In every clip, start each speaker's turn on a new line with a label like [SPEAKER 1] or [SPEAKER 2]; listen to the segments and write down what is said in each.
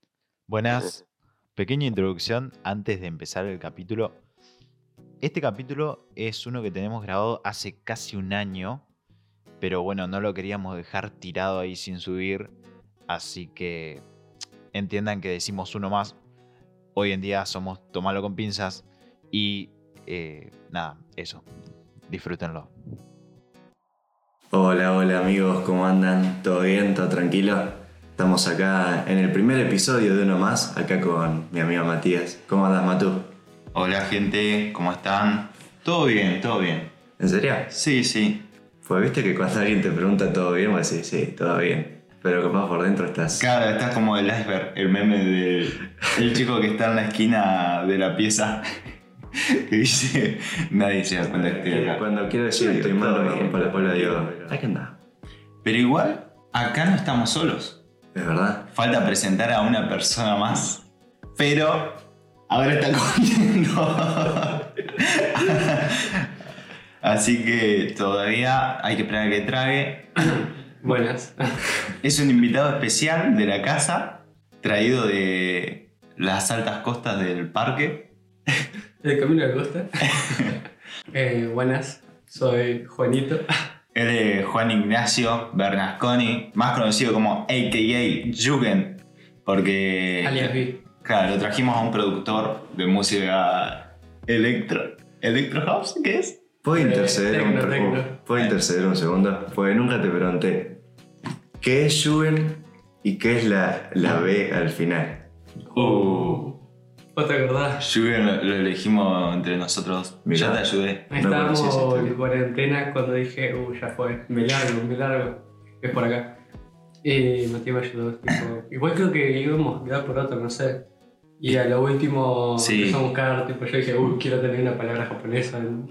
[SPEAKER 1] Buenas. Pequeña introducción antes de empezar el capítulo. Este capítulo es uno que tenemos grabado hace casi un año, pero bueno, no lo queríamos dejar tirado ahí sin subir, así que entiendan que decimos uno más. Hoy en día somos Tomalo con pinzas y eh, nada, eso. Disfrútenlo.
[SPEAKER 2] Hola, hola amigos, ¿cómo andan? ¿Todo bien? ¿Todo tranquilo? Estamos acá en el primer episodio de uno más, acá con mi amigo Matías. ¿Cómo andas, Matú?
[SPEAKER 3] Hola gente, ¿cómo están? Todo bien, todo bien.
[SPEAKER 2] ¿En serio?
[SPEAKER 3] Sí, sí.
[SPEAKER 2] Pues viste que cuando alguien te pregunta todo bien, vos decís, sí, todo bien. Pero capaz por dentro estás.
[SPEAKER 3] Claro, estás como el iceberg, el meme del el chico que está en la esquina de la pieza que dice, nadie se da cuenta que estoy este
[SPEAKER 2] Cuando,
[SPEAKER 3] acá".
[SPEAKER 2] Eh, cuando quiero decir
[SPEAKER 3] Sí,
[SPEAKER 2] estoy mal,
[SPEAKER 3] todo
[SPEAKER 2] me
[SPEAKER 3] bien.
[SPEAKER 2] rompo la bola, digo, ¿a qué anda?
[SPEAKER 3] Pero igual, acá no estamos solos.
[SPEAKER 2] Es verdad.
[SPEAKER 3] Falta presentar a una persona más. Pero ahora está comiendo. Así que todavía hay que esperar a que trague.
[SPEAKER 4] Buenas.
[SPEAKER 3] Es un invitado especial de la casa, traído de las altas costas del parque.
[SPEAKER 4] El Camino de Costa. Eh, buenas, soy Juanito.
[SPEAKER 3] Él es Juan Ignacio Bernasconi, más conocido como AKA Jugend, porque...
[SPEAKER 4] Alias B.
[SPEAKER 3] Claro, lo trajimos a un productor de música electro... ¿Electro House? ¿Qué es?
[SPEAKER 2] ¿Puedo
[SPEAKER 4] Eh,
[SPEAKER 2] interceder,
[SPEAKER 4] tecno,
[SPEAKER 2] un,
[SPEAKER 4] tecno.
[SPEAKER 2] uh,
[SPEAKER 3] Eh.
[SPEAKER 2] ¿puedo interceder un segundo? Pues nunca te pregunté, ¿qué es Juven y qué es la, la B al final?
[SPEAKER 3] Uh,
[SPEAKER 4] ¿Vos te acordás?
[SPEAKER 3] Jugend lo, lo elegimos entre nosotros.
[SPEAKER 2] Mirá.
[SPEAKER 3] Ya te ayudé.
[SPEAKER 4] Estábamos
[SPEAKER 2] conocí esa historia.
[SPEAKER 4] en cuarentena cuando dije, uh, ya fue, me largo, me largo. Es por acá. Y Matías me ayudó. tipo, igual creo que íbamos a quedar por otro, no sé. Y a lo último
[SPEAKER 3] Sí.
[SPEAKER 4] empezó a buscar, tipo, yo dije, uy, quiero tener una palabra japonesa en,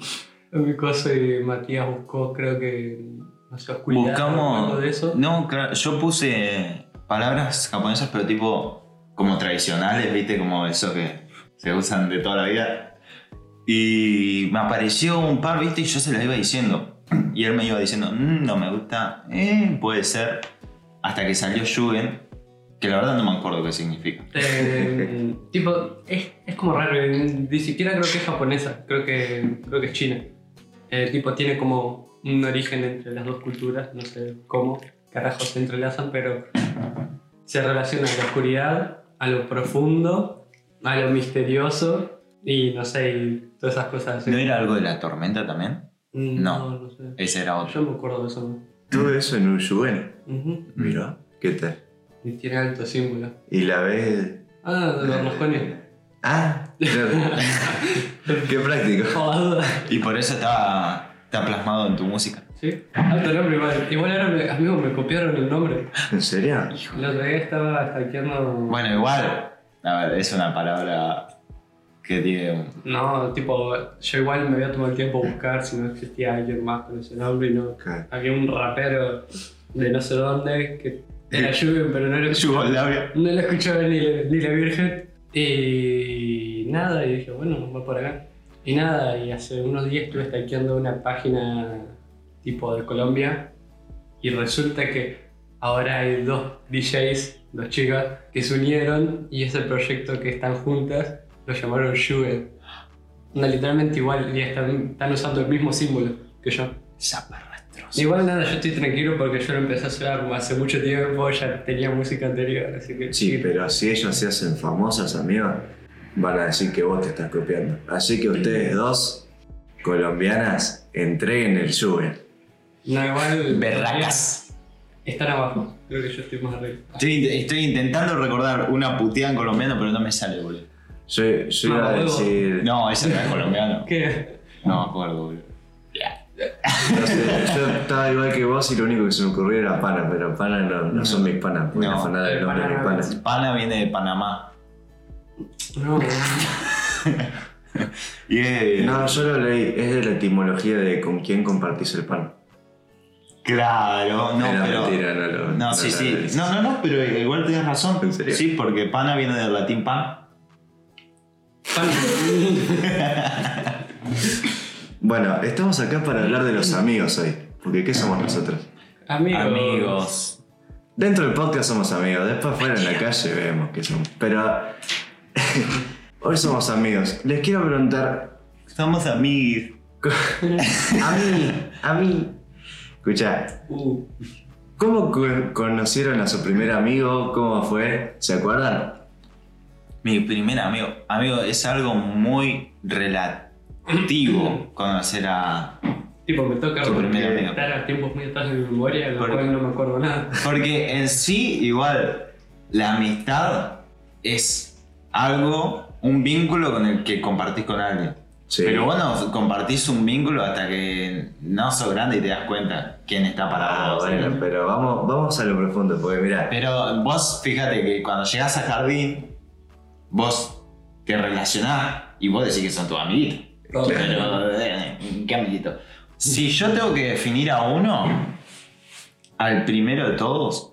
[SPEAKER 4] en mi cosa. Y Matías buscó, creo que, no sé, oscuridad. o algo
[SPEAKER 3] Buscamos...
[SPEAKER 4] de eso.
[SPEAKER 3] No, claro, yo puse palabras japonesas, pero tipo como tradicionales, viste, como eso que se usan de toda la vida. Y me apareció un par, viste, y yo se las iba diciendo. Y él me iba diciendo, "Mm, no me gusta, eh, puede ser. Hasta que salió Jugen, que la verdad no me acuerdo qué significa.
[SPEAKER 4] Eh, tipo, es, es como raro, eh, ni siquiera creo que es japonesa, creo que, creo que es china. Eh, tipo, tiene como un origen entre las dos culturas, no sé cómo carajos se entrelazan, pero se relaciona a la oscuridad, a lo profundo, a lo misterioso y no sé, y todas esas cosas. así.
[SPEAKER 3] ¿No era algo de la tormenta también?
[SPEAKER 4] Mm,
[SPEAKER 3] no.
[SPEAKER 4] no, no sé.
[SPEAKER 3] Ese era otro.
[SPEAKER 4] Yo me acuerdo de eso. ¿no?
[SPEAKER 2] Todo eso en un Juven.
[SPEAKER 4] Ujú.
[SPEAKER 3] Mm.
[SPEAKER 2] Mirá, ¿qué tal?
[SPEAKER 4] Y tiene alto símbolo.
[SPEAKER 2] Y la B...
[SPEAKER 4] Ah, de Berlusconi.
[SPEAKER 2] Ah, claro. qué práctico.
[SPEAKER 4] Joder.
[SPEAKER 3] Y por eso está, está plasmado en tu música.
[SPEAKER 4] Sí, Ah, alto nombre igual. Igual ahora, me, amigo, me copiaron el nombre.
[SPEAKER 2] ¿En serio?
[SPEAKER 4] El otro día estaba hackeando...
[SPEAKER 3] Bueno, igual. A ver, es una palabra que tiene un...
[SPEAKER 4] No, tipo, yo igual me había tomado el tiempo a buscar si no existía alguien más con ese nombre y no...
[SPEAKER 2] Claro.
[SPEAKER 4] Había un rapero de no sé dónde que era Juven, pero no lo escuchaba,
[SPEAKER 3] Yugoslavia.
[SPEAKER 4] no lo escuchaba ni, la- ni la Virgen. Y nada, y dije, bueno, va por acá. Y nada, y hace unos días estuve stalkeando una página tipo de Colombia y resulta que ahora hay dos DJs, dos chicas, que se unieron y ese proyecto que están juntas lo llamaron Juve. Una literalmente igual y están, están usando el mismo símbolo que yo.
[SPEAKER 3] Zaparrastroso.
[SPEAKER 4] Igual nada, yo estoy tranquilo porque yo lo empecé a hacer hace mucho tiempo, ya tenía música anterior, así que...
[SPEAKER 2] Sí, pero si ellas se hacen famosas, amigos, van a decir que vos te estás copiando. Así que ustedes dos, colombianas, entreguen el Juven.
[SPEAKER 4] No, igual...
[SPEAKER 3] Berracas.
[SPEAKER 4] Están abajo, creo que yo estoy más arriba.
[SPEAKER 3] Estoy, estoy intentando recordar una puteada en colombiano, pero no me sale, boludo.
[SPEAKER 2] Yo, yo iba
[SPEAKER 4] Mamá
[SPEAKER 2] a
[SPEAKER 4] huevo.
[SPEAKER 2] decir...
[SPEAKER 3] No, ese no es colombiano.
[SPEAKER 4] ¿Qué?
[SPEAKER 3] No me acuerdo, boludo.
[SPEAKER 2] no sé, yo estaba igual que vos y lo único que se me ocurrió era pana, pero pana no, no son mis panas, porque
[SPEAKER 3] No.
[SPEAKER 2] no, fanada del nombre de mis
[SPEAKER 4] Pana no
[SPEAKER 2] panas.
[SPEAKER 3] Pana viene de Panamá.
[SPEAKER 4] No,
[SPEAKER 3] Y es de-
[SPEAKER 2] Eh, No, yo lo leí, es de la etimología de con quién compartís el pan.
[SPEAKER 3] Claro, no,
[SPEAKER 2] Era
[SPEAKER 3] pero...
[SPEAKER 2] mentira, no lo-
[SPEAKER 3] No,
[SPEAKER 2] no
[SPEAKER 3] sí,
[SPEAKER 2] lo
[SPEAKER 3] sí.
[SPEAKER 2] analices.
[SPEAKER 3] No, no, no, pero igual tienes razón.
[SPEAKER 2] ¿En serio?
[SPEAKER 3] Sí, porque pana viene del latín pan.
[SPEAKER 2] Bueno, estamos acá para hablar de los amigos hoy, porque ¿qué somos nosotros?
[SPEAKER 4] Amigos.
[SPEAKER 3] Amigos.
[SPEAKER 2] Dentro del podcast somos amigos, después fuera en la calle vemos que somos. Pero hoy somos amigos. Les quiero preguntar,
[SPEAKER 3] Somos amigos.
[SPEAKER 2] a mí, a mí. Escucha,
[SPEAKER 4] Uh,
[SPEAKER 2] ¿cómo co- conocieron a su primer amigo? ¿Cómo fue? ¿Se acuerdan?
[SPEAKER 3] Mi primer amigo. Amigo, es algo muy relativo conocer a.
[SPEAKER 4] tipo, me toca
[SPEAKER 3] Tu primer amigo.
[SPEAKER 4] remontar a tiempos muy atrás de mi memoria, de los
[SPEAKER 3] Por-
[SPEAKER 4] cuales no me acuerdo nada.
[SPEAKER 3] Porque en sí, igual, la amistad es algo, un vínculo con el que compartís con alguien.
[SPEAKER 2] Sí.
[SPEAKER 3] Pero bueno, compartís un vínculo hasta que no sos grande y te das cuenta quién está para
[SPEAKER 2] Ah,
[SPEAKER 3] vos.
[SPEAKER 2] bueno, pero vamos, vamos a lo profundo, porque mirá,
[SPEAKER 3] Pero vos, fíjate que cuando llegás a jardín, vos te relacionás y vos decís que son tus amiguitos.
[SPEAKER 4] Claro.
[SPEAKER 3] Pero, eh, ¿qué amiguito? Si yo tengo que definir a uno, al primero de todos,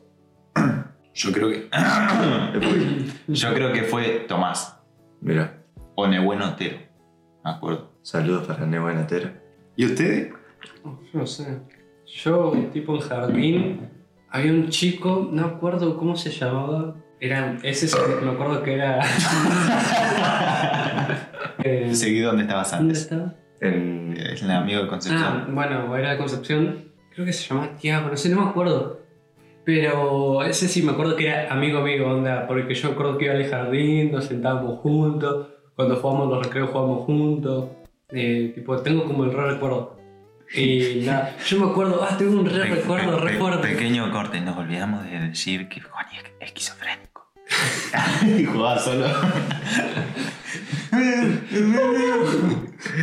[SPEAKER 3] yo creo que. yo creo que fue Tomás
[SPEAKER 2] mirá,
[SPEAKER 3] o Nehuen Otero. Me acuerdo.
[SPEAKER 2] saludos para Nebuen Otero.
[SPEAKER 3] ¿Y ustedes?
[SPEAKER 4] Yo no sé. Yo, tipo en jardín, había un chico, no acuerdo cómo se llamaba. Era, ese sí, me acuerdo que era. Eh,
[SPEAKER 3] Seguí donde estabas
[SPEAKER 4] ¿Dónde
[SPEAKER 3] antes.
[SPEAKER 4] estaba?
[SPEAKER 2] En-
[SPEAKER 3] Es el amigo de Concepción.
[SPEAKER 4] Ah, bueno, era de Concepción. Creo que se llamaba Tiago, no sé, no me acuerdo. Pero ese sí me acuerdo que era amigo amigo, onda, porque yo creo que iba al jardín, nos sentábamos juntos, cuando jugábamos los recreos jugábamos juntos. Eh, tipo, tengo como el re recuerdo. Y nada, yo me acuerdo, ah, tengo un re
[SPEAKER 3] Pe-
[SPEAKER 4] recuerdo,
[SPEAKER 3] pe- pe-
[SPEAKER 4] recuerdo.
[SPEAKER 3] Pequeño corte, nos olvidamos de decir que Juan es esquizofrénico. y jugaba solo.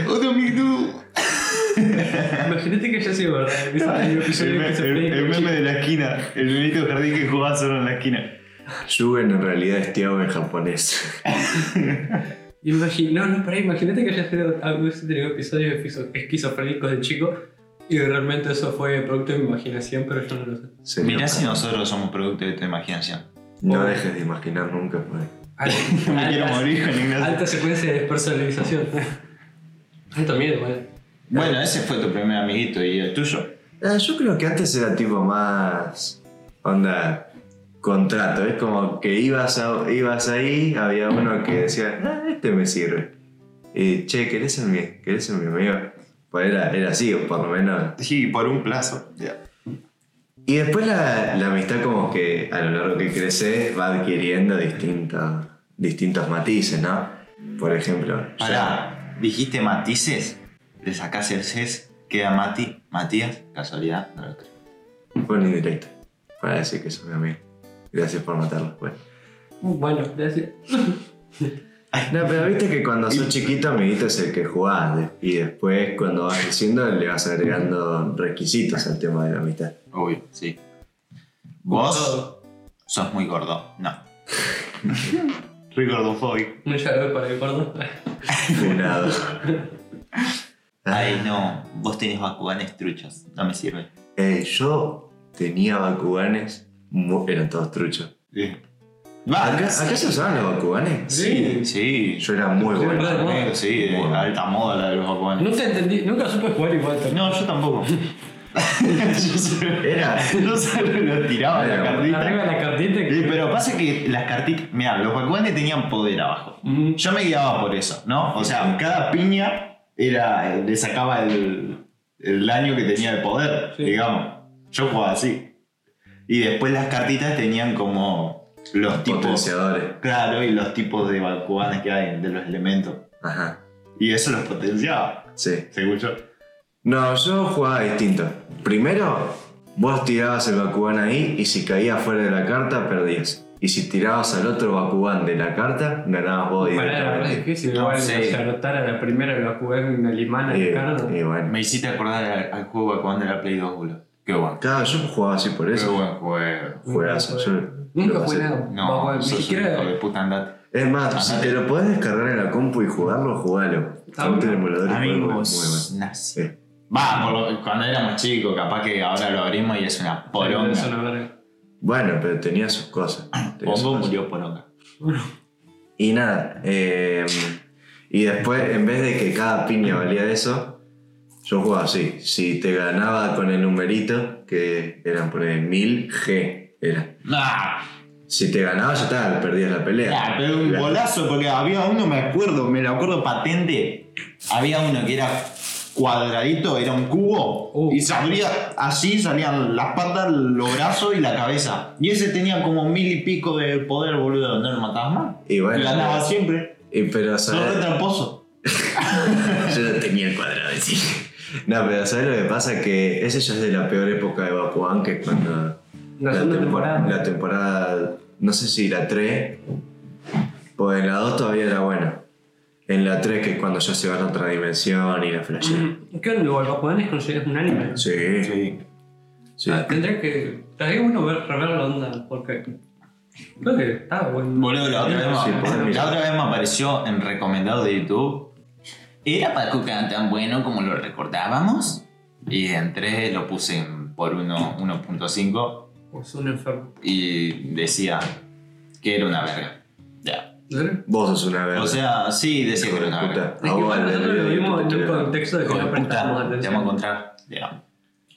[SPEAKER 3] Otro amigo.
[SPEAKER 4] Imagínate que yo soy verdad, que soy un episodio que se
[SPEAKER 3] El el
[SPEAKER 4] prende,
[SPEAKER 3] meme
[SPEAKER 4] chico.
[SPEAKER 3] de la esquina, el nenito de jardín que jugaba solo en la esquina.
[SPEAKER 2] Yugen en realidad es Tiago en japonés.
[SPEAKER 4] Imagi- no, no, pará, imagínate que haya sido hubiese tenido episodios esquizo- esquizofrénicos de chico y realmente eso fue producto de mi imaginación, pero yo no lo sé.
[SPEAKER 2] Señor.
[SPEAKER 3] Mirá si nosotros somos producto de tu imaginación.
[SPEAKER 2] No dejes de imaginar nunca, pues.
[SPEAKER 4] Al-
[SPEAKER 3] Me quiero
[SPEAKER 4] alta-
[SPEAKER 3] morir con Ignacio.
[SPEAKER 4] Alta secuencia de personalización. Tanto miedo, eh.
[SPEAKER 3] Bueno, ese fue tu primer amiguito y el tuyo.
[SPEAKER 2] Ah, yo creo que antes era tipo más. Onda. Contrato. Es como que ibas, a- ibas ahí, había uno que decía, ah, este me sirve. Y che, ¿querés ser mi, querés ser mi amigo? Pues era, era así, o por lo menos.
[SPEAKER 3] Sí, por un plazo.
[SPEAKER 2] Y después la, la amistad, como que a lo largo que crece, va adquiriendo distintos, distintos matices, ¿no? Por ejemplo. yo-
[SPEAKER 3] Pará, dijiste matices, le sacás el CES, queda Mati, Matías, casualidad, no lo creo.
[SPEAKER 2] Fue un indirecto. Para decir que sos mi amigo. Gracias por matarlo, pues.
[SPEAKER 4] Bueno, gracias.
[SPEAKER 2] No, pero viste que cuando sos chiquito, amiguito es el que jugás. de- Y después, cuando vas creciendo, le vas agregando requisitos al tema de la amistad.
[SPEAKER 3] Obvio, sí. Vos
[SPEAKER 4] Todo.
[SPEAKER 3] sos muy gordo, no. Re gordofóbico.
[SPEAKER 4] Un llave para el gordo.
[SPEAKER 2] Funado.
[SPEAKER 3] Ay, no, vos tenés bakuganes truchos, no me sirve.
[SPEAKER 2] Eh, yo tenía bakuganes, mu- eran todos truchos.
[SPEAKER 3] Va,
[SPEAKER 2] ¿Acá, acá se usaban los bakuganes?
[SPEAKER 3] Sí, sí.
[SPEAKER 2] Yo era muy
[SPEAKER 4] Sí,
[SPEAKER 2] bueno.
[SPEAKER 4] re de moda.
[SPEAKER 3] Sí, de
[SPEAKER 2] Bueno.
[SPEAKER 3] alta moda la de los bakuganes.
[SPEAKER 4] Nunca entendí, nunca supe jugar igual. tampoco.
[SPEAKER 3] No, yo tampoco. yo solo,
[SPEAKER 2] Era.
[SPEAKER 3] yo solo lo tiraba la
[SPEAKER 2] Era-
[SPEAKER 3] cartita.
[SPEAKER 4] Arriba la cartita
[SPEAKER 3] Sí,
[SPEAKER 4] que.
[SPEAKER 3] pero pasa que las cartitas. Mira, los Bakuganes tenían poder abajo.
[SPEAKER 4] Mm,
[SPEAKER 3] Yo me guiaba por eso, ¿no? O sea, cada piña era, eh, le sacaba el, el daño que tenía el poder,
[SPEAKER 4] Sí.
[SPEAKER 3] digamos. Yo jugaba así. Y después las cartitas tenían como los tipos.
[SPEAKER 2] Potenciadores.
[SPEAKER 3] Claro, y los tipos de Bakuganes que hay, de los elementos.
[SPEAKER 2] Ajá.
[SPEAKER 3] Y eso los potenciaba,
[SPEAKER 2] Sí.
[SPEAKER 3] según yo.
[SPEAKER 2] No, yo jugaba distinto. Primero, vos tirabas el Bakugan ahí y si caía fuera de la carta, perdías. Y si tirabas al otro Bakugan de la carta, ganabas vos
[SPEAKER 4] pará, Era re
[SPEAKER 2] directamente.
[SPEAKER 4] difícil
[SPEAKER 3] No,
[SPEAKER 4] igual
[SPEAKER 3] sí.
[SPEAKER 4] acertar a la primera la jugué en alemana
[SPEAKER 2] Y,
[SPEAKER 4] de Ricardo.
[SPEAKER 2] y bueno.
[SPEAKER 3] Me hiciste acordar al, al juego Bakugan de la Play 2, boludo. Qué bueno.
[SPEAKER 2] Claro, yo jugaba así por
[SPEAKER 3] Qué
[SPEAKER 2] eso.
[SPEAKER 3] buen juego.
[SPEAKER 2] Juegazo, yo lo
[SPEAKER 4] Nunca
[SPEAKER 2] pasé.
[SPEAKER 4] jugué nada.
[SPEAKER 3] No,
[SPEAKER 4] Bakugan,
[SPEAKER 3] sos
[SPEAKER 4] ni
[SPEAKER 3] un hijo de
[SPEAKER 4] siquiera.
[SPEAKER 3] puta andate.
[SPEAKER 2] Es más,
[SPEAKER 3] Andate.
[SPEAKER 2] si te lo podés descargar en la compu y jugarlo, jugalo.
[SPEAKER 4] Está
[SPEAKER 2] Ponte el
[SPEAKER 4] bueno.
[SPEAKER 2] emulador y jugalo, es muy
[SPEAKER 3] Amigos,
[SPEAKER 2] bueno.
[SPEAKER 3] nazi.
[SPEAKER 2] Sí.
[SPEAKER 3] Va, por lo- cuando éramos chicos, capaz que ahora lo abrimos y es una
[SPEAKER 4] Es
[SPEAKER 3] poronga.
[SPEAKER 4] una verga.
[SPEAKER 2] Bueno, pero tenía sus cosas. tenía sus
[SPEAKER 3] Pongo
[SPEAKER 2] cosas.
[SPEAKER 3] murió poronga.
[SPEAKER 2] Y nada, eh, y después, en vez de que cada piña valía eso, yo jugaba así. Si te ganaba con el numerito, que eran por ahí 1000 G, Era.
[SPEAKER 3] Nah,
[SPEAKER 2] Si te ganabas ya está, perdías la pelea.
[SPEAKER 3] nah, pero un
[SPEAKER 2] La-
[SPEAKER 3] golazo, porque había uno, me acuerdo, me lo acuerdo patente. Había uno que era cuadradito, era un cubo,
[SPEAKER 4] Uh.
[SPEAKER 3] y salía así, salían las patas, los brazos y la cabeza. Y ese tenía como mil y pico de poder, boludo, no lo matabas más.
[SPEAKER 2] Y bueno.
[SPEAKER 3] Ganaba siempre.
[SPEAKER 2] Y pero,
[SPEAKER 3] Solo de
[SPEAKER 2] ¿sabes?
[SPEAKER 3] tramposo.
[SPEAKER 2] Yo no tenía el cuadrado, sí. No, pero ¿sabes lo que pasa? Que ese ya es de la peor época de Bakugan, que es cuando...
[SPEAKER 4] La segunda
[SPEAKER 2] tempo-
[SPEAKER 4] temporada.
[SPEAKER 2] La temporada, no sé si la 3, pues en la 2 todavía era buena. En la 3, que es cuando ya se van a otra dimensión y la flashea.
[SPEAKER 4] ¿Qué onda? igual? Bakugan es considerado un anime.
[SPEAKER 2] Sí, sí.
[SPEAKER 4] Ah, Tendría que. Estaría bueno ver, rever la onda, porque. Creo que está bueno. Ah,
[SPEAKER 3] Boludo, la otra, vez me,
[SPEAKER 2] Sí, podés
[SPEAKER 3] la
[SPEAKER 2] mirar.
[SPEAKER 3] otra vez me apareció en recomendado de YouTube. ¿Era Bakugan tan bueno como lo recordábamos? Y entré, lo puse en- por uno- 1.5
[SPEAKER 4] Es un enfermo.
[SPEAKER 3] y decía que era una verga. Ya.
[SPEAKER 4] ¿Verdad?
[SPEAKER 2] Vos sos una verga.
[SPEAKER 3] O sea, sí, decía que
[SPEAKER 2] hijo
[SPEAKER 3] era
[SPEAKER 2] de
[SPEAKER 3] una verga.
[SPEAKER 2] puta.
[SPEAKER 4] Es
[SPEAKER 2] A
[SPEAKER 4] que
[SPEAKER 2] vos,
[SPEAKER 4] igual
[SPEAKER 2] el-
[SPEAKER 4] nosotros lo
[SPEAKER 2] el-
[SPEAKER 4] vimos en
[SPEAKER 2] el-
[SPEAKER 4] un contexto de que
[SPEAKER 3] Hijo de
[SPEAKER 4] no prestamos
[SPEAKER 3] puta, te vamos a
[SPEAKER 4] atención.
[SPEAKER 3] encontrar. Ya.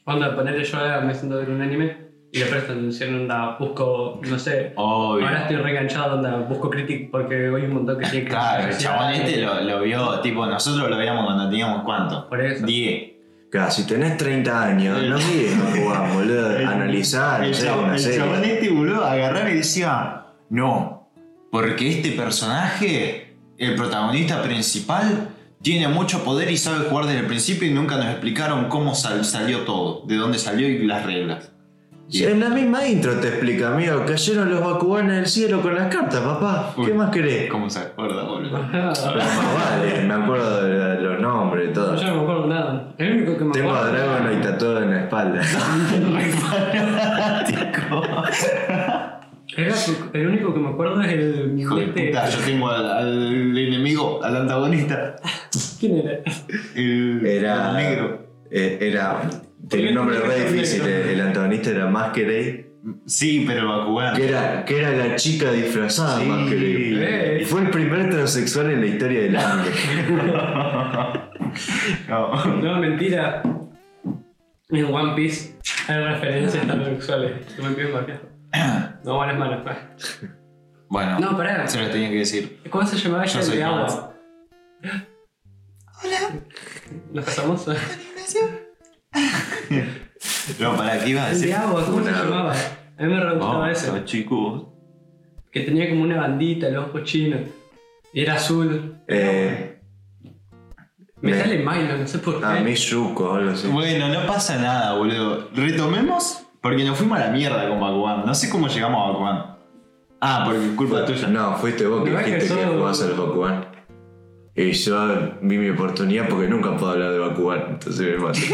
[SPEAKER 4] Cuando ponerle yo ahora me siento a ver un anime y le presto atención, onda, busco, no sé.
[SPEAKER 3] Obvio.
[SPEAKER 4] Ahora estoy reenganchado, onda, busco critic porque hay un montón que tiene que
[SPEAKER 3] Claro, el chabón este lo, lo vio, tipo, nosotros lo veíamos cuando teníamos cuánto?
[SPEAKER 4] Por eso.
[SPEAKER 3] 10.
[SPEAKER 2] Claro, si tenés 30 años, no mires Bakugan, boludo.
[SPEAKER 3] El-
[SPEAKER 2] Analizá, no
[SPEAKER 3] El,
[SPEAKER 2] sé,
[SPEAKER 3] chabón-
[SPEAKER 2] una
[SPEAKER 3] el
[SPEAKER 2] serie.
[SPEAKER 3] chabón este, boludo, agarraba y decía, no, porque este personaje, el protagonista principal, tiene mucho poder y sabe jugar desde el principio y nunca nos explicaron cómo sal- salió todo, de dónde salió y las reglas.
[SPEAKER 2] Sí, En la misma intro te explica, amigo, cayeron los Bakuganes del cielo con las cartas, papá. ¿Qué
[SPEAKER 3] Uy.
[SPEAKER 2] más querés?
[SPEAKER 3] ¿Cómo se acuerda, boludo?
[SPEAKER 2] Más vale, me acuerdo de la- los nombres, todo.
[SPEAKER 4] Yo no me acuerdo nada. El único que me
[SPEAKER 2] Tengo a
[SPEAKER 4] acuerdo.
[SPEAKER 2] Dragon y tatuado en la espalda.
[SPEAKER 3] Re fanático.
[SPEAKER 4] Era su- el único que me acuerdo es el.
[SPEAKER 3] Hijo de
[SPEAKER 4] este-
[SPEAKER 3] puta, yo tengo al, al enemigo, al antagonista,
[SPEAKER 4] ¿Quién era?
[SPEAKER 3] el,
[SPEAKER 2] Era.
[SPEAKER 3] el negro.
[SPEAKER 2] eh, era. Tenía un nombre re difícil. eh, El, el antagonista era Masquerade.
[SPEAKER 3] Sí, pero Bakugan.
[SPEAKER 2] Que era, que era la chica disfrazada de
[SPEAKER 3] Sí.
[SPEAKER 2] Masquerade.
[SPEAKER 4] Eh,
[SPEAKER 2] Fue el primer transexual en la historia del anime.
[SPEAKER 3] No.
[SPEAKER 4] No, mentira. En One Piece hay referencias tan sexuales. Que me empiezo a marcar. No, bueno, es malo. pa.
[SPEAKER 3] Bueno,
[SPEAKER 4] No, pará.
[SPEAKER 3] se lo tenía que decir.
[SPEAKER 4] ¿Cómo se llamaba ella
[SPEAKER 3] Yo
[SPEAKER 4] el
[SPEAKER 3] soy
[SPEAKER 4] de agua?
[SPEAKER 3] Hans.
[SPEAKER 4] Hola. ¿Nos casamos?
[SPEAKER 3] No, para qué iba a
[SPEAKER 4] El
[SPEAKER 3] decir.
[SPEAKER 4] de agua, ¿cómo se
[SPEAKER 2] Una-
[SPEAKER 4] llamaba? A mí me re
[SPEAKER 3] Oh,
[SPEAKER 4] gustaba ese.
[SPEAKER 3] los chicos.
[SPEAKER 4] Que tenía como una bandita, los ojos chinos. Y era azul.
[SPEAKER 2] Eh,
[SPEAKER 4] Me
[SPEAKER 2] me- Ah,
[SPEAKER 4] sale Milo, no sé por qué.
[SPEAKER 2] a mí Yuko o algo así.
[SPEAKER 3] Bueno, no pasa nada, boludo. Retomemos porque nos fuimos a la mierda con Bakugan. No sé cómo llegamos a Bakugan. Ah, porque culpa tuya.
[SPEAKER 2] No, fuiste vos que
[SPEAKER 4] No, es que
[SPEAKER 2] dijiste que
[SPEAKER 4] sos-
[SPEAKER 2] jugabas al Bakugan. Y yo vi mi oportunidad porque nunca puedo hablar de Bakugan. Entonces me maté.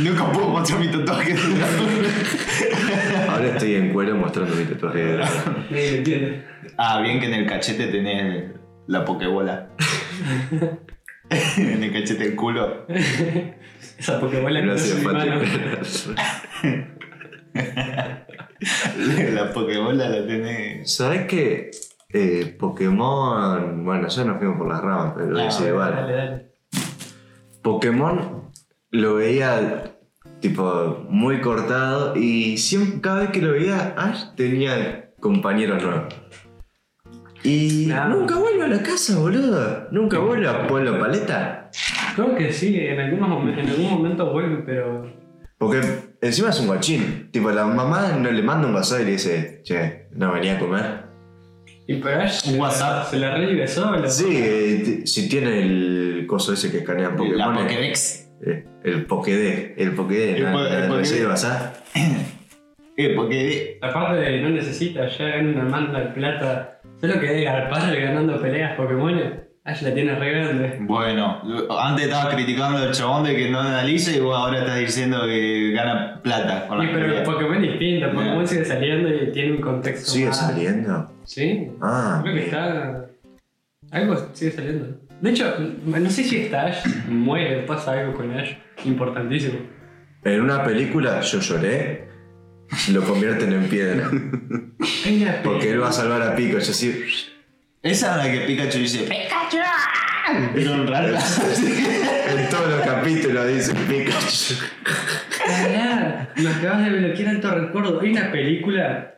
[SPEAKER 3] Nunca puedo mostrar mi tatuaje.
[SPEAKER 2] Ahora estoy en cuero mostrando mi tatuaje de dragón.
[SPEAKER 4] Me entiende.
[SPEAKER 3] ah, bien que en el cachete tenés la pokebola. en el cachete el culo.
[SPEAKER 4] Esa Pokébola que no
[SPEAKER 2] Gracias,
[SPEAKER 4] es mi mano.
[SPEAKER 2] Pati.
[SPEAKER 3] la pokebola la tenés.
[SPEAKER 2] ¿Sabes qué? Eh, Pokémon. Bueno, ya nos fuimos por las ramas, pero lo
[SPEAKER 3] No,
[SPEAKER 2] hice igual.
[SPEAKER 4] Dale, dale.
[SPEAKER 2] Pokémon lo veía tipo muy cortado y siempre, cada vez que lo veía, Ash tenía compañeros nuevos. Y
[SPEAKER 4] Claro.
[SPEAKER 2] nunca vuelve a la casa, boludo. Nunca vuelve a Pueblo Paleta.
[SPEAKER 4] Creo que sí, en, algunos momen- en algún momento vuelve, pero.
[SPEAKER 2] Porque encima es un guachín. Tipo, la mamá no le manda un WhatsApp y le dice, che, no venía a comer.
[SPEAKER 4] Y pero Ash se la-
[SPEAKER 3] WhatsApp.
[SPEAKER 4] se la revive solo.
[SPEAKER 2] Sí, eh, t- si tiene el coso ese que escanean
[SPEAKER 3] La
[SPEAKER 2] Pokémon. eh,
[SPEAKER 3] Pokédex.
[SPEAKER 2] eh, el Pokédex, el Pokédex,
[SPEAKER 3] El
[SPEAKER 2] la,
[SPEAKER 3] po-
[SPEAKER 2] la
[SPEAKER 3] el Pokédex.
[SPEAKER 2] reserva, ¿sabes?
[SPEAKER 3] Eh, porque
[SPEAKER 4] Aparte, no necesita, ya gana una manda de plata. Solo que de garpar ganando peleas Pokémon. Ash la tiene re grande.
[SPEAKER 3] Bueno, antes estabas criticando al chabón de que no analiza y vos ahora estás diciendo que gana plata con
[SPEAKER 4] Y
[SPEAKER 3] la
[SPEAKER 4] pero
[SPEAKER 3] pelea.
[SPEAKER 4] Pokémon es distinto, Pokémon
[SPEAKER 3] Bien.
[SPEAKER 4] sigue saliendo y tiene un contexto.
[SPEAKER 2] Sigue
[SPEAKER 4] más-
[SPEAKER 2] saliendo.
[SPEAKER 4] Sí.
[SPEAKER 2] Ah,
[SPEAKER 4] Creo que
[SPEAKER 2] mira.
[SPEAKER 4] está. Algo sigue saliendo. De hecho, no sé si está Ash, muere, pasa algo con Ash. Importantísimo.
[SPEAKER 2] En una película yo lloré, lo convierten en piedra.
[SPEAKER 4] Hay una
[SPEAKER 2] Porque él va a salvar a Pico, yo así.
[SPEAKER 3] Esa es la que Pikachu dice ¡Pikachu! Pero en realidad
[SPEAKER 2] En todos los capítulos dice Pikachu.
[SPEAKER 4] Pará, me acabas de bloquear alto recuerdo. Hay una película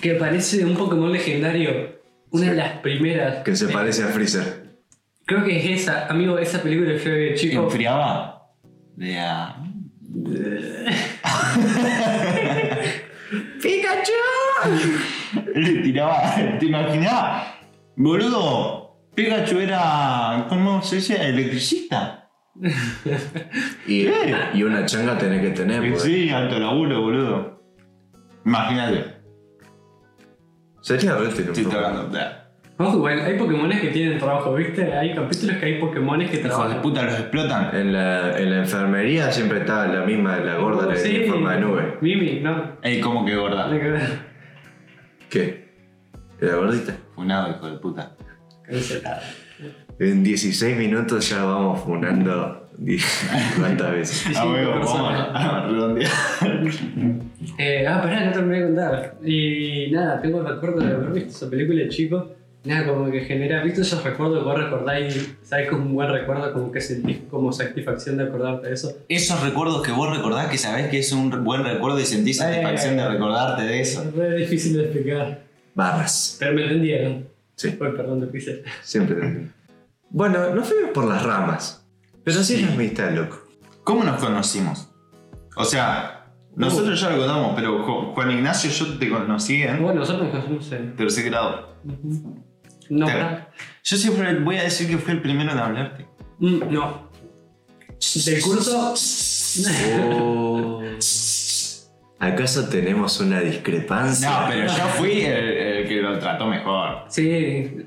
[SPEAKER 4] que parece un Pokémon legendario. Una
[SPEAKER 2] Sí.
[SPEAKER 4] de las primeras.
[SPEAKER 2] Que se
[SPEAKER 4] Eh,
[SPEAKER 2] parece a Freezer.
[SPEAKER 4] Creo que es esa, amigo, esa película que yo de chico.
[SPEAKER 3] ¿Enfriaba? De a. ¡Pikachu! Le tiraba. ¿Te imaginabas? Boludo, Pikachu era. ¿Cómo se dice? Electricista.
[SPEAKER 2] Y,
[SPEAKER 3] Sí.
[SPEAKER 2] y una changa tenés que tener, pues. porque
[SPEAKER 3] Sí, alto laburo, boludo. Imagínate.
[SPEAKER 2] Sería rete
[SPEAKER 3] Estoy tocando. bla.
[SPEAKER 4] Ojo, bueno, hay Pokémones que tienen trabajo, ¿viste? Hay capítulos que hay Pokémones que
[SPEAKER 3] Hijos de
[SPEAKER 4] trabajan.
[SPEAKER 3] puta los explotan.
[SPEAKER 2] En la, en la enfermería siempre estaba la misma, la gorda, la
[SPEAKER 4] Sí.
[SPEAKER 2] en forma de nube.
[SPEAKER 4] Mimi, no.
[SPEAKER 3] Ey, ¿cómo que gorda?
[SPEAKER 4] Nada que ver.
[SPEAKER 2] ¿Qué? La gordita.
[SPEAKER 3] Funado, hijo de puta.
[SPEAKER 4] Cancelado.
[SPEAKER 2] En 16 minutos ya vamos funando die- cuántas veces.
[SPEAKER 4] Sí,
[SPEAKER 3] Ah, huevo,
[SPEAKER 4] persona.
[SPEAKER 3] vamos a redondear.
[SPEAKER 4] Eh, ah, pará, no terminé de contar. Y nada, tengo el recuerdo de haber visto esa película de chico. Nada, como que genera, ¿viste esos recuerdos que vos recordáis? ¿Sabes que es un buen recuerdo? Como que sentís como satisfacción de acordarte de eso.
[SPEAKER 3] Esos recuerdos que vos recordás que sabés que es un re- buen recuerdo y sentís satisfacción de recordarte de eso.
[SPEAKER 4] Es re difícil de explicar.
[SPEAKER 2] Barras.
[SPEAKER 4] Pero me entendieron.
[SPEAKER 2] Sí,
[SPEAKER 4] Uy, perdón, te pise.
[SPEAKER 2] siempre. te- Bueno, nos fuimos por las ramas. Pero sí,
[SPEAKER 3] Sí.
[SPEAKER 2] la amistad, loco.
[SPEAKER 3] ¿Cómo nos conocimos? O sea, nosotros ya lo contamos, pero Ju- Juan Ignacio, yo te conocí en
[SPEAKER 4] Bueno, nosotros nos conocimos en.
[SPEAKER 3] tercer grado.
[SPEAKER 4] Ujú. No,
[SPEAKER 3] Sí.
[SPEAKER 4] pará.
[SPEAKER 3] Yo siempre voy a decir que fui el primero en hablarte.
[SPEAKER 4] Mm, no. Del curso.
[SPEAKER 2] Oh. ¿Acaso tenemos una discrepancia?
[SPEAKER 3] No, pero yo fui el, el que lo trató mejor.
[SPEAKER 4] Sí.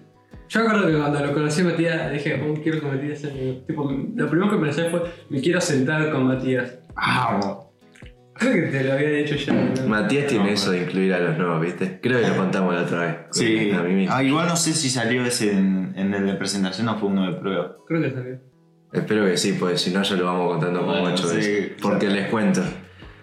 [SPEAKER 4] Yo acuerdo que cuando lo conocí a Matías dije, "Oh, quiero que Matías sea mi amigo". Tipo, lo primero que pensé fue, me quiero sentar con Matías.
[SPEAKER 3] Ah,
[SPEAKER 4] Creo que te lo había dicho ya. ¿no?
[SPEAKER 2] Matías tiene
[SPEAKER 3] No,
[SPEAKER 2] eso de incluir a los nuevos, ¿viste? Creo que lo contamos la otra vez.
[SPEAKER 3] sí.
[SPEAKER 2] A mí mismo.
[SPEAKER 3] Ah, igual no sé si salió ese en, en el de presentación o fue uno de prueba.
[SPEAKER 4] Creo que salió.
[SPEAKER 2] Espero que sí, porque si no ya lo vamos contando como
[SPEAKER 3] Bueno,
[SPEAKER 2] ocho
[SPEAKER 3] sí.
[SPEAKER 2] veces. Porque les cuento.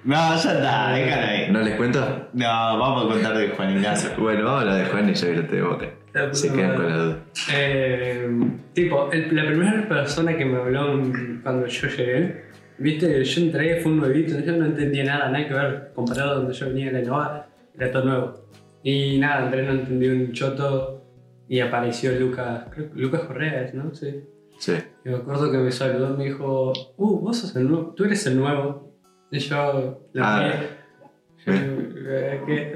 [SPEAKER 3] No, ya está, déjala ahí.
[SPEAKER 2] ¿No les cuento?
[SPEAKER 3] No, vamos a contar de Juan Ignacio.
[SPEAKER 2] Bueno, vamos a la de Juan y yo que lo tengo acá.
[SPEAKER 4] La puta
[SPEAKER 2] Se quedan
[SPEAKER 4] madre.
[SPEAKER 2] con la duda.
[SPEAKER 4] Eh, tipo, el- la primera persona que me habló en- cuando yo llegué, viste, yo entré, fue un nuevito, yo no entendía nada, nada que ver, comparado a donde yo venía de la Nova, era todo nuevo. Y nada, entré, no entendí un choto y apareció Lucas, creo que Lucas Correa, es, ¿no? Sí.
[SPEAKER 2] Sí.
[SPEAKER 4] Y me acuerdo que me saludó y me dijo, uh, vos sos el nuevo, tú eres el nuevo. Y yo, la
[SPEAKER 2] Ah,
[SPEAKER 4] miré, yo, eh, ¿qué?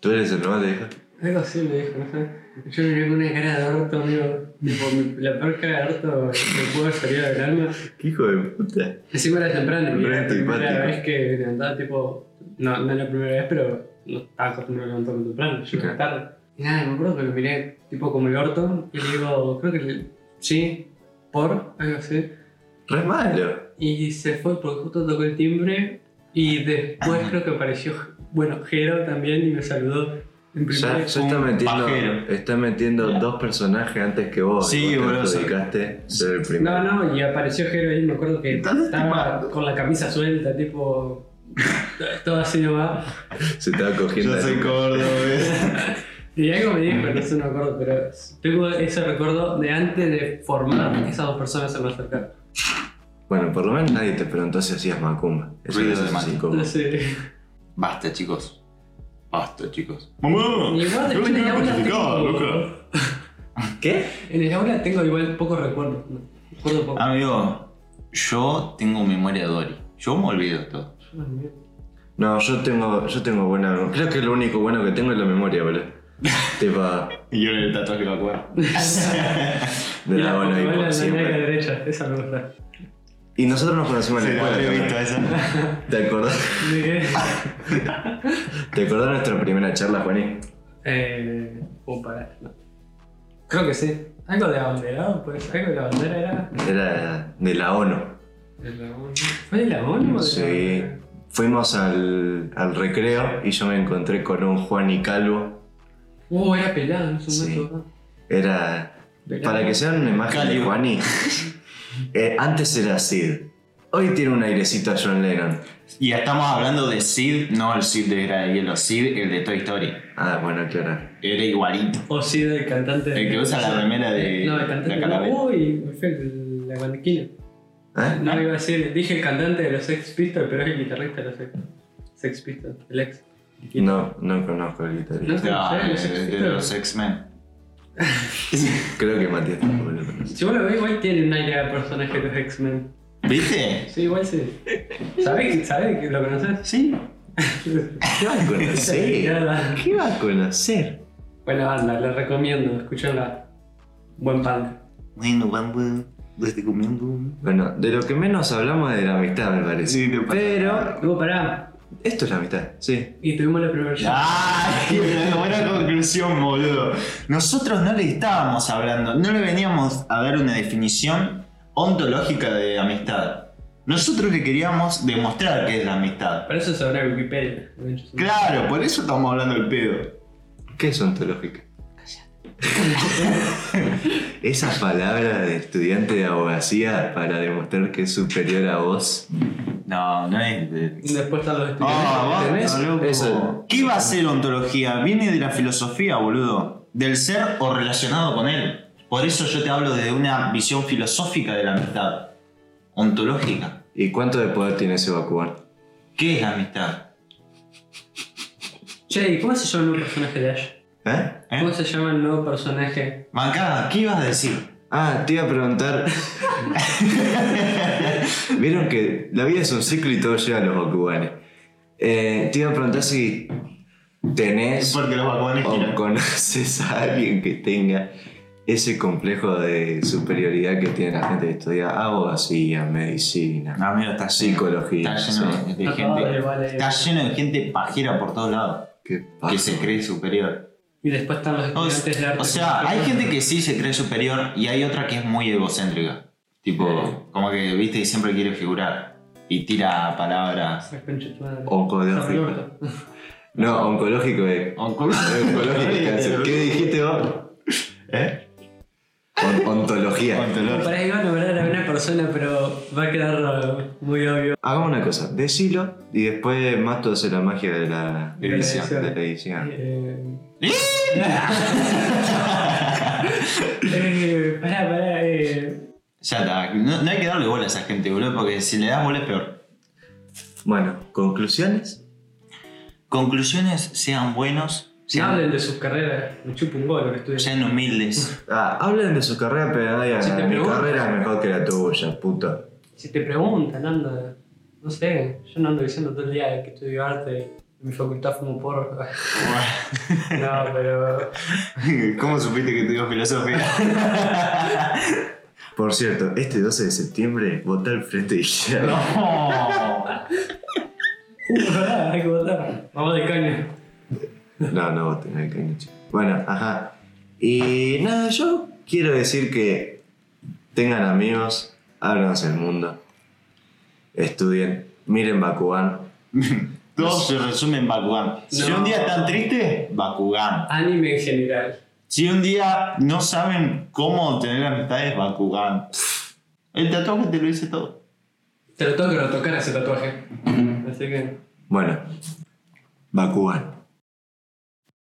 [SPEAKER 2] ¿Tú eres el nuevo, te dijo?
[SPEAKER 4] Algo así me dijo, no sé. Yo miré con una cara de orto, amigo. Tipo, mi- la peor cara de orto que pudo salir del alma.
[SPEAKER 2] ¿Qué hijo de puta?
[SPEAKER 4] Encima era temprano y era la
[SPEAKER 2] Re
[SPEAKER 4] primera
[SPEAKER 2] antipático.
[SPEAKER 4] vez que me levantaba, tipo. No, no era la primera vez, pero no estaba acostumbrado a levantarme temprano, yo era
[SPEAKER 2] Ok.
[SPEAKER 4] tarde. Y nada, me acuerdo que lo miré, tipo, como el orto. Y le digo, creo que le- sí, por, algo así.
[SPEAKER 2] Re malo.
[SPEAKER 4] Y se fue porque justo tocó el timbre. Y después creo que apareció, bueno, Jero también y me saludó. En primera
[SPEAKER 2] Ya,
[SPEAKER 4] vez.
[SPEAKER 2] ya está
[SPEAKER 3] un
[SPEAKER 2] metiendo,
[SPEAKER 3] pajero.
[SPEAKER 2] está metiendo dos personajes antes que vos.
[SPEAKER 3] Sí,
[SPEAKER 2] y vos te
[SPEAKER 3] boludo, sí.
[SPEAKER 2] adjudicaste ser el primero.
[SPEAKER 4] No, no, y apareció Jero ahí, me acuerdo que
[SPEAKER 3] Estás
[SPEAKER 4] estaba
[SPEAKER 3] estimado.
[SPEAKER 4] con la camisa suelta, tipo. Todo así nomás.
[SPEAKER 2] Se estaba cogiendo.
[SPEAKER 3] Yo soy gordo, ¿ves?
[SPEAKER 4] Y algo me dijo, no sé, no me acuerdo, pero tengo ese recuerdo de antes de formar esas dos personas en nuestra cara.
[SPEAKER 2] Bueno, por lo menos nadie te preguntó si hacías macumba. Eso
[SPEAKER 3] Ruido
[SPEAKER 2] es
[SPEAKER 3] de mate.
[SPEAKER 4] No
[SPEAKER 2] incómodo.
[SPEAKER 4] sé.
[SPEAKER 3] Basta, chicos. Basta, chicos. ¡Mamá!
[SPEAKER 4] Igual
[SPEAKER 3] no
[SPEAKER 4] después
[SPEAKER 3] te
[SPEAKER 4] en el
[SPEAKER 3] quiero
[SPEAKER 4] aula
[SPEAKER 3] perjudicar,
[SPEAKER 4] tengo.
[SPEAKER 3] loca.
[SPEAKER 2] ¿Qué?
[SPEAKER 4] En el aula tengo igual pocos recuerdos. ¿no? Recuerdo
[SPEAKER 2] Ah.
[SPEAKER 4] poco.
[SPEAKER 3] Amigo, yo tengo memoria de Dory. Yo me olvido de todo.
[SPEAKER 2] No, yo tengo, yo tengo buena. Creo que lo único bueno que tengo es la memoria, boludo. tipo,
[SPEAKER 3] Y yo en el tatuaje lo acuerdo.
[SPEAKER 2] de
[SPEAKER 4] Y la
[SPEAKER 2] la buena
[SPEAKER 4] Pokébola
[SPEAKER 2] hipo,
[SPEAKER 4] en la
[SPEAKER 2] siempre.
[SPEAKER 4] negra derecha, esa me gusta.
[SPEAKER 2] Y nosotros nos conocimos en la
[SPEAKER 3] Sí, la
[SPEAKER 2] escuela.
[SPEAKER 3] he visto
[SPEAKER 2] también.
[SPEAKER 3] esa.
[SPEAKER 2] ¿Te acordás?
[SPEAKER 4] ¿De qué?
[SPEAKER 2] ¿Te acordás de nuestra primera charla, Juaní?
[SPEAKER 4] Eh. Uh, pará. no. Creo que sí. Algo de abanderado, pues. Algo de la bandera era.
[SPEAKER 2] Era de la ONU.
[SPEAKER 4] ¿De la ONU? ¿Fue de la ONU? o de
[SPEAKER 2] Sí.
[SPEAKER 4] la-
[SPEAKER 2] Fuimos al, al recreo y yo me encontré con un Juaní calvo.
[SPEAKER 4] Uh, era pelado en su
[SPEAKER 2] Sí.
[SPEAKER 4] momento.
[SPEAKER 2] Era.
[SPEAKER 4] Pelado.
[SPEAKER 2] Para que sean una imagen de
[SPEAKER 3] Cálido.
[SPEAKER 2] Juaní. eh, antes era Sid. Hoy tiene un airecito a John Lennon.
[SPEAKER 3] Y estamos hablando de Sid, no el Sid de Era de Hielo, Sid, el de Toy Story.
[SPEAKER 2] Ah, bueno, claro.
[SPEAKER 3] Era igualito.
[SPEAKER 4] O sí, del cantante.
[SPEAKER 3] El que usa la remera de
[SPEAKER 4] No, el cantante.
[SPEAKER 3] la calavera.
[SPEAKER 4] Uy, me fui el- la guanquina.
[SPEAKER 2] ¿Eh?
[SPEAKER 4] No iba a decir, dije el cantante de los Sex Pistols, pero es el guitarrista de los Sex, Sex Pistols, el ex.
[SPEAKER 2] No, no conozco al guitarrista.
[SPEAKER 3] No,
[SPEAKER 4] ¿Sabes
[SPEAKER 3] de,
[SPEAKER 4] los Sex
[SPEAKER 3] de
[SPEAKER 4] Pistols?
[SPEAKER 3] los X-Men.
[SPEAKER 2] Creo que Matías tampoco lo conoce.
[SPEAKER 4] Si vos lo ves, igual tiene un aire de personaje de los X-Men.
[SPEAKER 3] ¿Viste?
[SPEAKER 4] Sí, igual sí. ¿Sabés que, sabés que lo conoces?
[SPEAKER 2] Sí. ¿Qué va a
[SPEAKER 4] Sí,
[SPEAKER 2] conocer?
[SPEAKER 4] nada.
[SPEAKER 2] ¿Qué va a conocer?
[SPEAKER 4] Buena banda, la recomiendo, escuchenla. Buen punk.
[SPEAKER 3] Bueno, vamos, les recomiendo.
[SPEAKER 2] Bueno, de lo que menos hablamos es de la amistad, me parece.
[SPEAKER 3] Sí, no pasa
[SPEAKER 2] Pero
[SPEAKER 3] nada.
[SPEAKER 4] Luego pará,
[SPEAKER 2] esto es la amistad, sí.
[SPEAKER 4] y tuvimos la primera ya.
[SPEAKER 3] ¡Ay! Buena, buena conclusión, boludo. Nosotros no le estábamos hablando, no le veníamos a dar una definición ontológica de amistad. Nosotros le queríamos demostrar qué es la amistad.
[SPEAKER 4] Para eso se habrá Wikipedia.
[SPEAKER 3] Claro, por eso estamos hablando del pedo.
[SPEAKER 2] ¿Qué es ontológica? Esa palabra de estudiante de abogacía para demostrar que es superior a vos.
[SPEAKER 3] No, no es de...
[SPEAKER 4] Después están los estudiantes.
[SPEAKER 3] Ah,
[SPEAKER 2] ¿Entendés?
[SPEAKER 3] basta, loco.
[SPEAKER 2] Eso.
[SPEAKER 3] ¿Qué va a ser ontología? Viene de la filosofía, boludo. Del ser o relacionado con él. Por eso yo te hablo de una visión filosófica de la amistad. Ontológica.
[SPEAKER 2] ¿Y cuánto de poder tiene ese Bakugan?
[SPEAKER 3] ¿Qué es la amistad?
[SPEAKER 4] Che, ¿y cómo se llama el nuevo personaje de Ash?
[SPEAKER 2] ¿Eh?
[SPEAKER 3] ¿Eh?
[SPEAKER 4] ¿Cómo se llama el nuevo personaje?
[SPEAKER 3] Mancada, ¿qué ibas a decir?
[SPEAKER 2] Ah, te iba a preguntar. Vieron que la vida es un ciclo y todo llega a los Bakuganes. Eh, te iba a preguntar si tenés
[SPEAKER 3] Porque los vagones
[SPEAKER 2] o conoces a alguien que tenga ese complejo de superioridad que tiene la gente que estudia abogacía, medicina.
[SPEAKER 3] No, mira, Ah, está lleno.
[SPEAKER 2] Psicología,
[SPEAKER 3] Está lleno
[SPEAKER 2] sí.
[SPEAKER 3] de
[SPEAKER 4] No, vale,
[SPEAKER 3] gente.
[SPEAKER 4] vale.
[SPEAKER 3] Está lleno de gente pajera por todos lados.
[SPEAKER 2] Qué
[SPEAKER 3] Que
[SPEAKER 2] paja.
[SPEAKER 3] se cree superior.
[SPEAKER 4] Y después están los
[SPEAKER 3] O,
[SPEAKER 4] estudiantes de arte.
[SPEAKER 3] o sea, hay gente que sí se cree superior y hay otra que es muy egocéntrica. Tipo, como que, viste, y siempre quiere figurar. Y tira palabras.
[SPEAKER 4] La Ah, concha de tu madre.
[SPEAKER 2] Oncológico. No, oncológico es. Oncológico es cáncer. ¿Qué dijiste vos?
[SPEAKER 3] ¿Eh?
[SPEAKER 2] On- ontología.
[SPEAKER 3] Ontológico.
[SPEAKER 4] Para ahí van a nombrar a una persona, pero va a quedar eh, muy obvio.
[SPEAKER 2] Hagamos una cosa, decilo y después Mato hace la magia de la
[SPEAKER 4] De la edición.
[SPEAKER 2] de la edición.
[SPEAKER 4] Eh,
[SPEAKER 3] ¿Eh?
[SPEAKER 4] eh, pará, pará. Eh.
[SPEAKER 3] Ya está. No, no hay que darle bola a esa gente, boludo, porque si le das bola es peor.
[SPEAKER 2] Bueno, conclusiones.
[SPEAKER 3] Conclusiones sean buenos,
[SPEAKER 4] No
[SPEAKER 3] sean,
[SPEAKER 4] hablen de sus carreras, me chupa un gol lo que estudian.
[SPEAKER 3] sean humildes.
[SPEAKER 2] Ah, hablen de su carrera, pero no digan,
[SPEAKER 4] Si te
[SPEAKER 2] "Ah, mi
[SPEAKER 4] pregunto-
[SPEAKER 2] carrera es mejor que la tuya, puta.
[SPEAKER 4] Si te preguntan, anda. No sé, yo no ando diciendo todo el día que estudio arte, en mi facultad fumo porro. no, pero. uh,
[SPEAKER 3] ¿Cómo supiste que te dio filosofía?
[SPEAKER 2] Por cierto, este 12 de septiembre votá al frente de izquierda.
[SPEAKER 3] no.
[SPEAKER 4] Uh, pará, hay que votar. Vamos de caña.
[SPEAKER 2] No, no voten, hay que Bueno, ajá. Y nada, yo quiero decir que tengan amigos, ábranse el mundo, estudien, miren Bakugan.
[SPEAKER 3] Todo se resume en Bakugan. Si
[SPEAKER 4] No.
[SPEAKER 3] un día están tristes, Bakugan.
[SPEAKER 4] Anime en general.
[SPEAKER 3] Si un día no saben cómo tener amistades, Bakugan. El tatuaje te lo dice todo.
[SPEAKER 4] Te lo tengo que retocar ese tatuaje. Así que.
[SPEAKER 2] Bueno, Bakugan.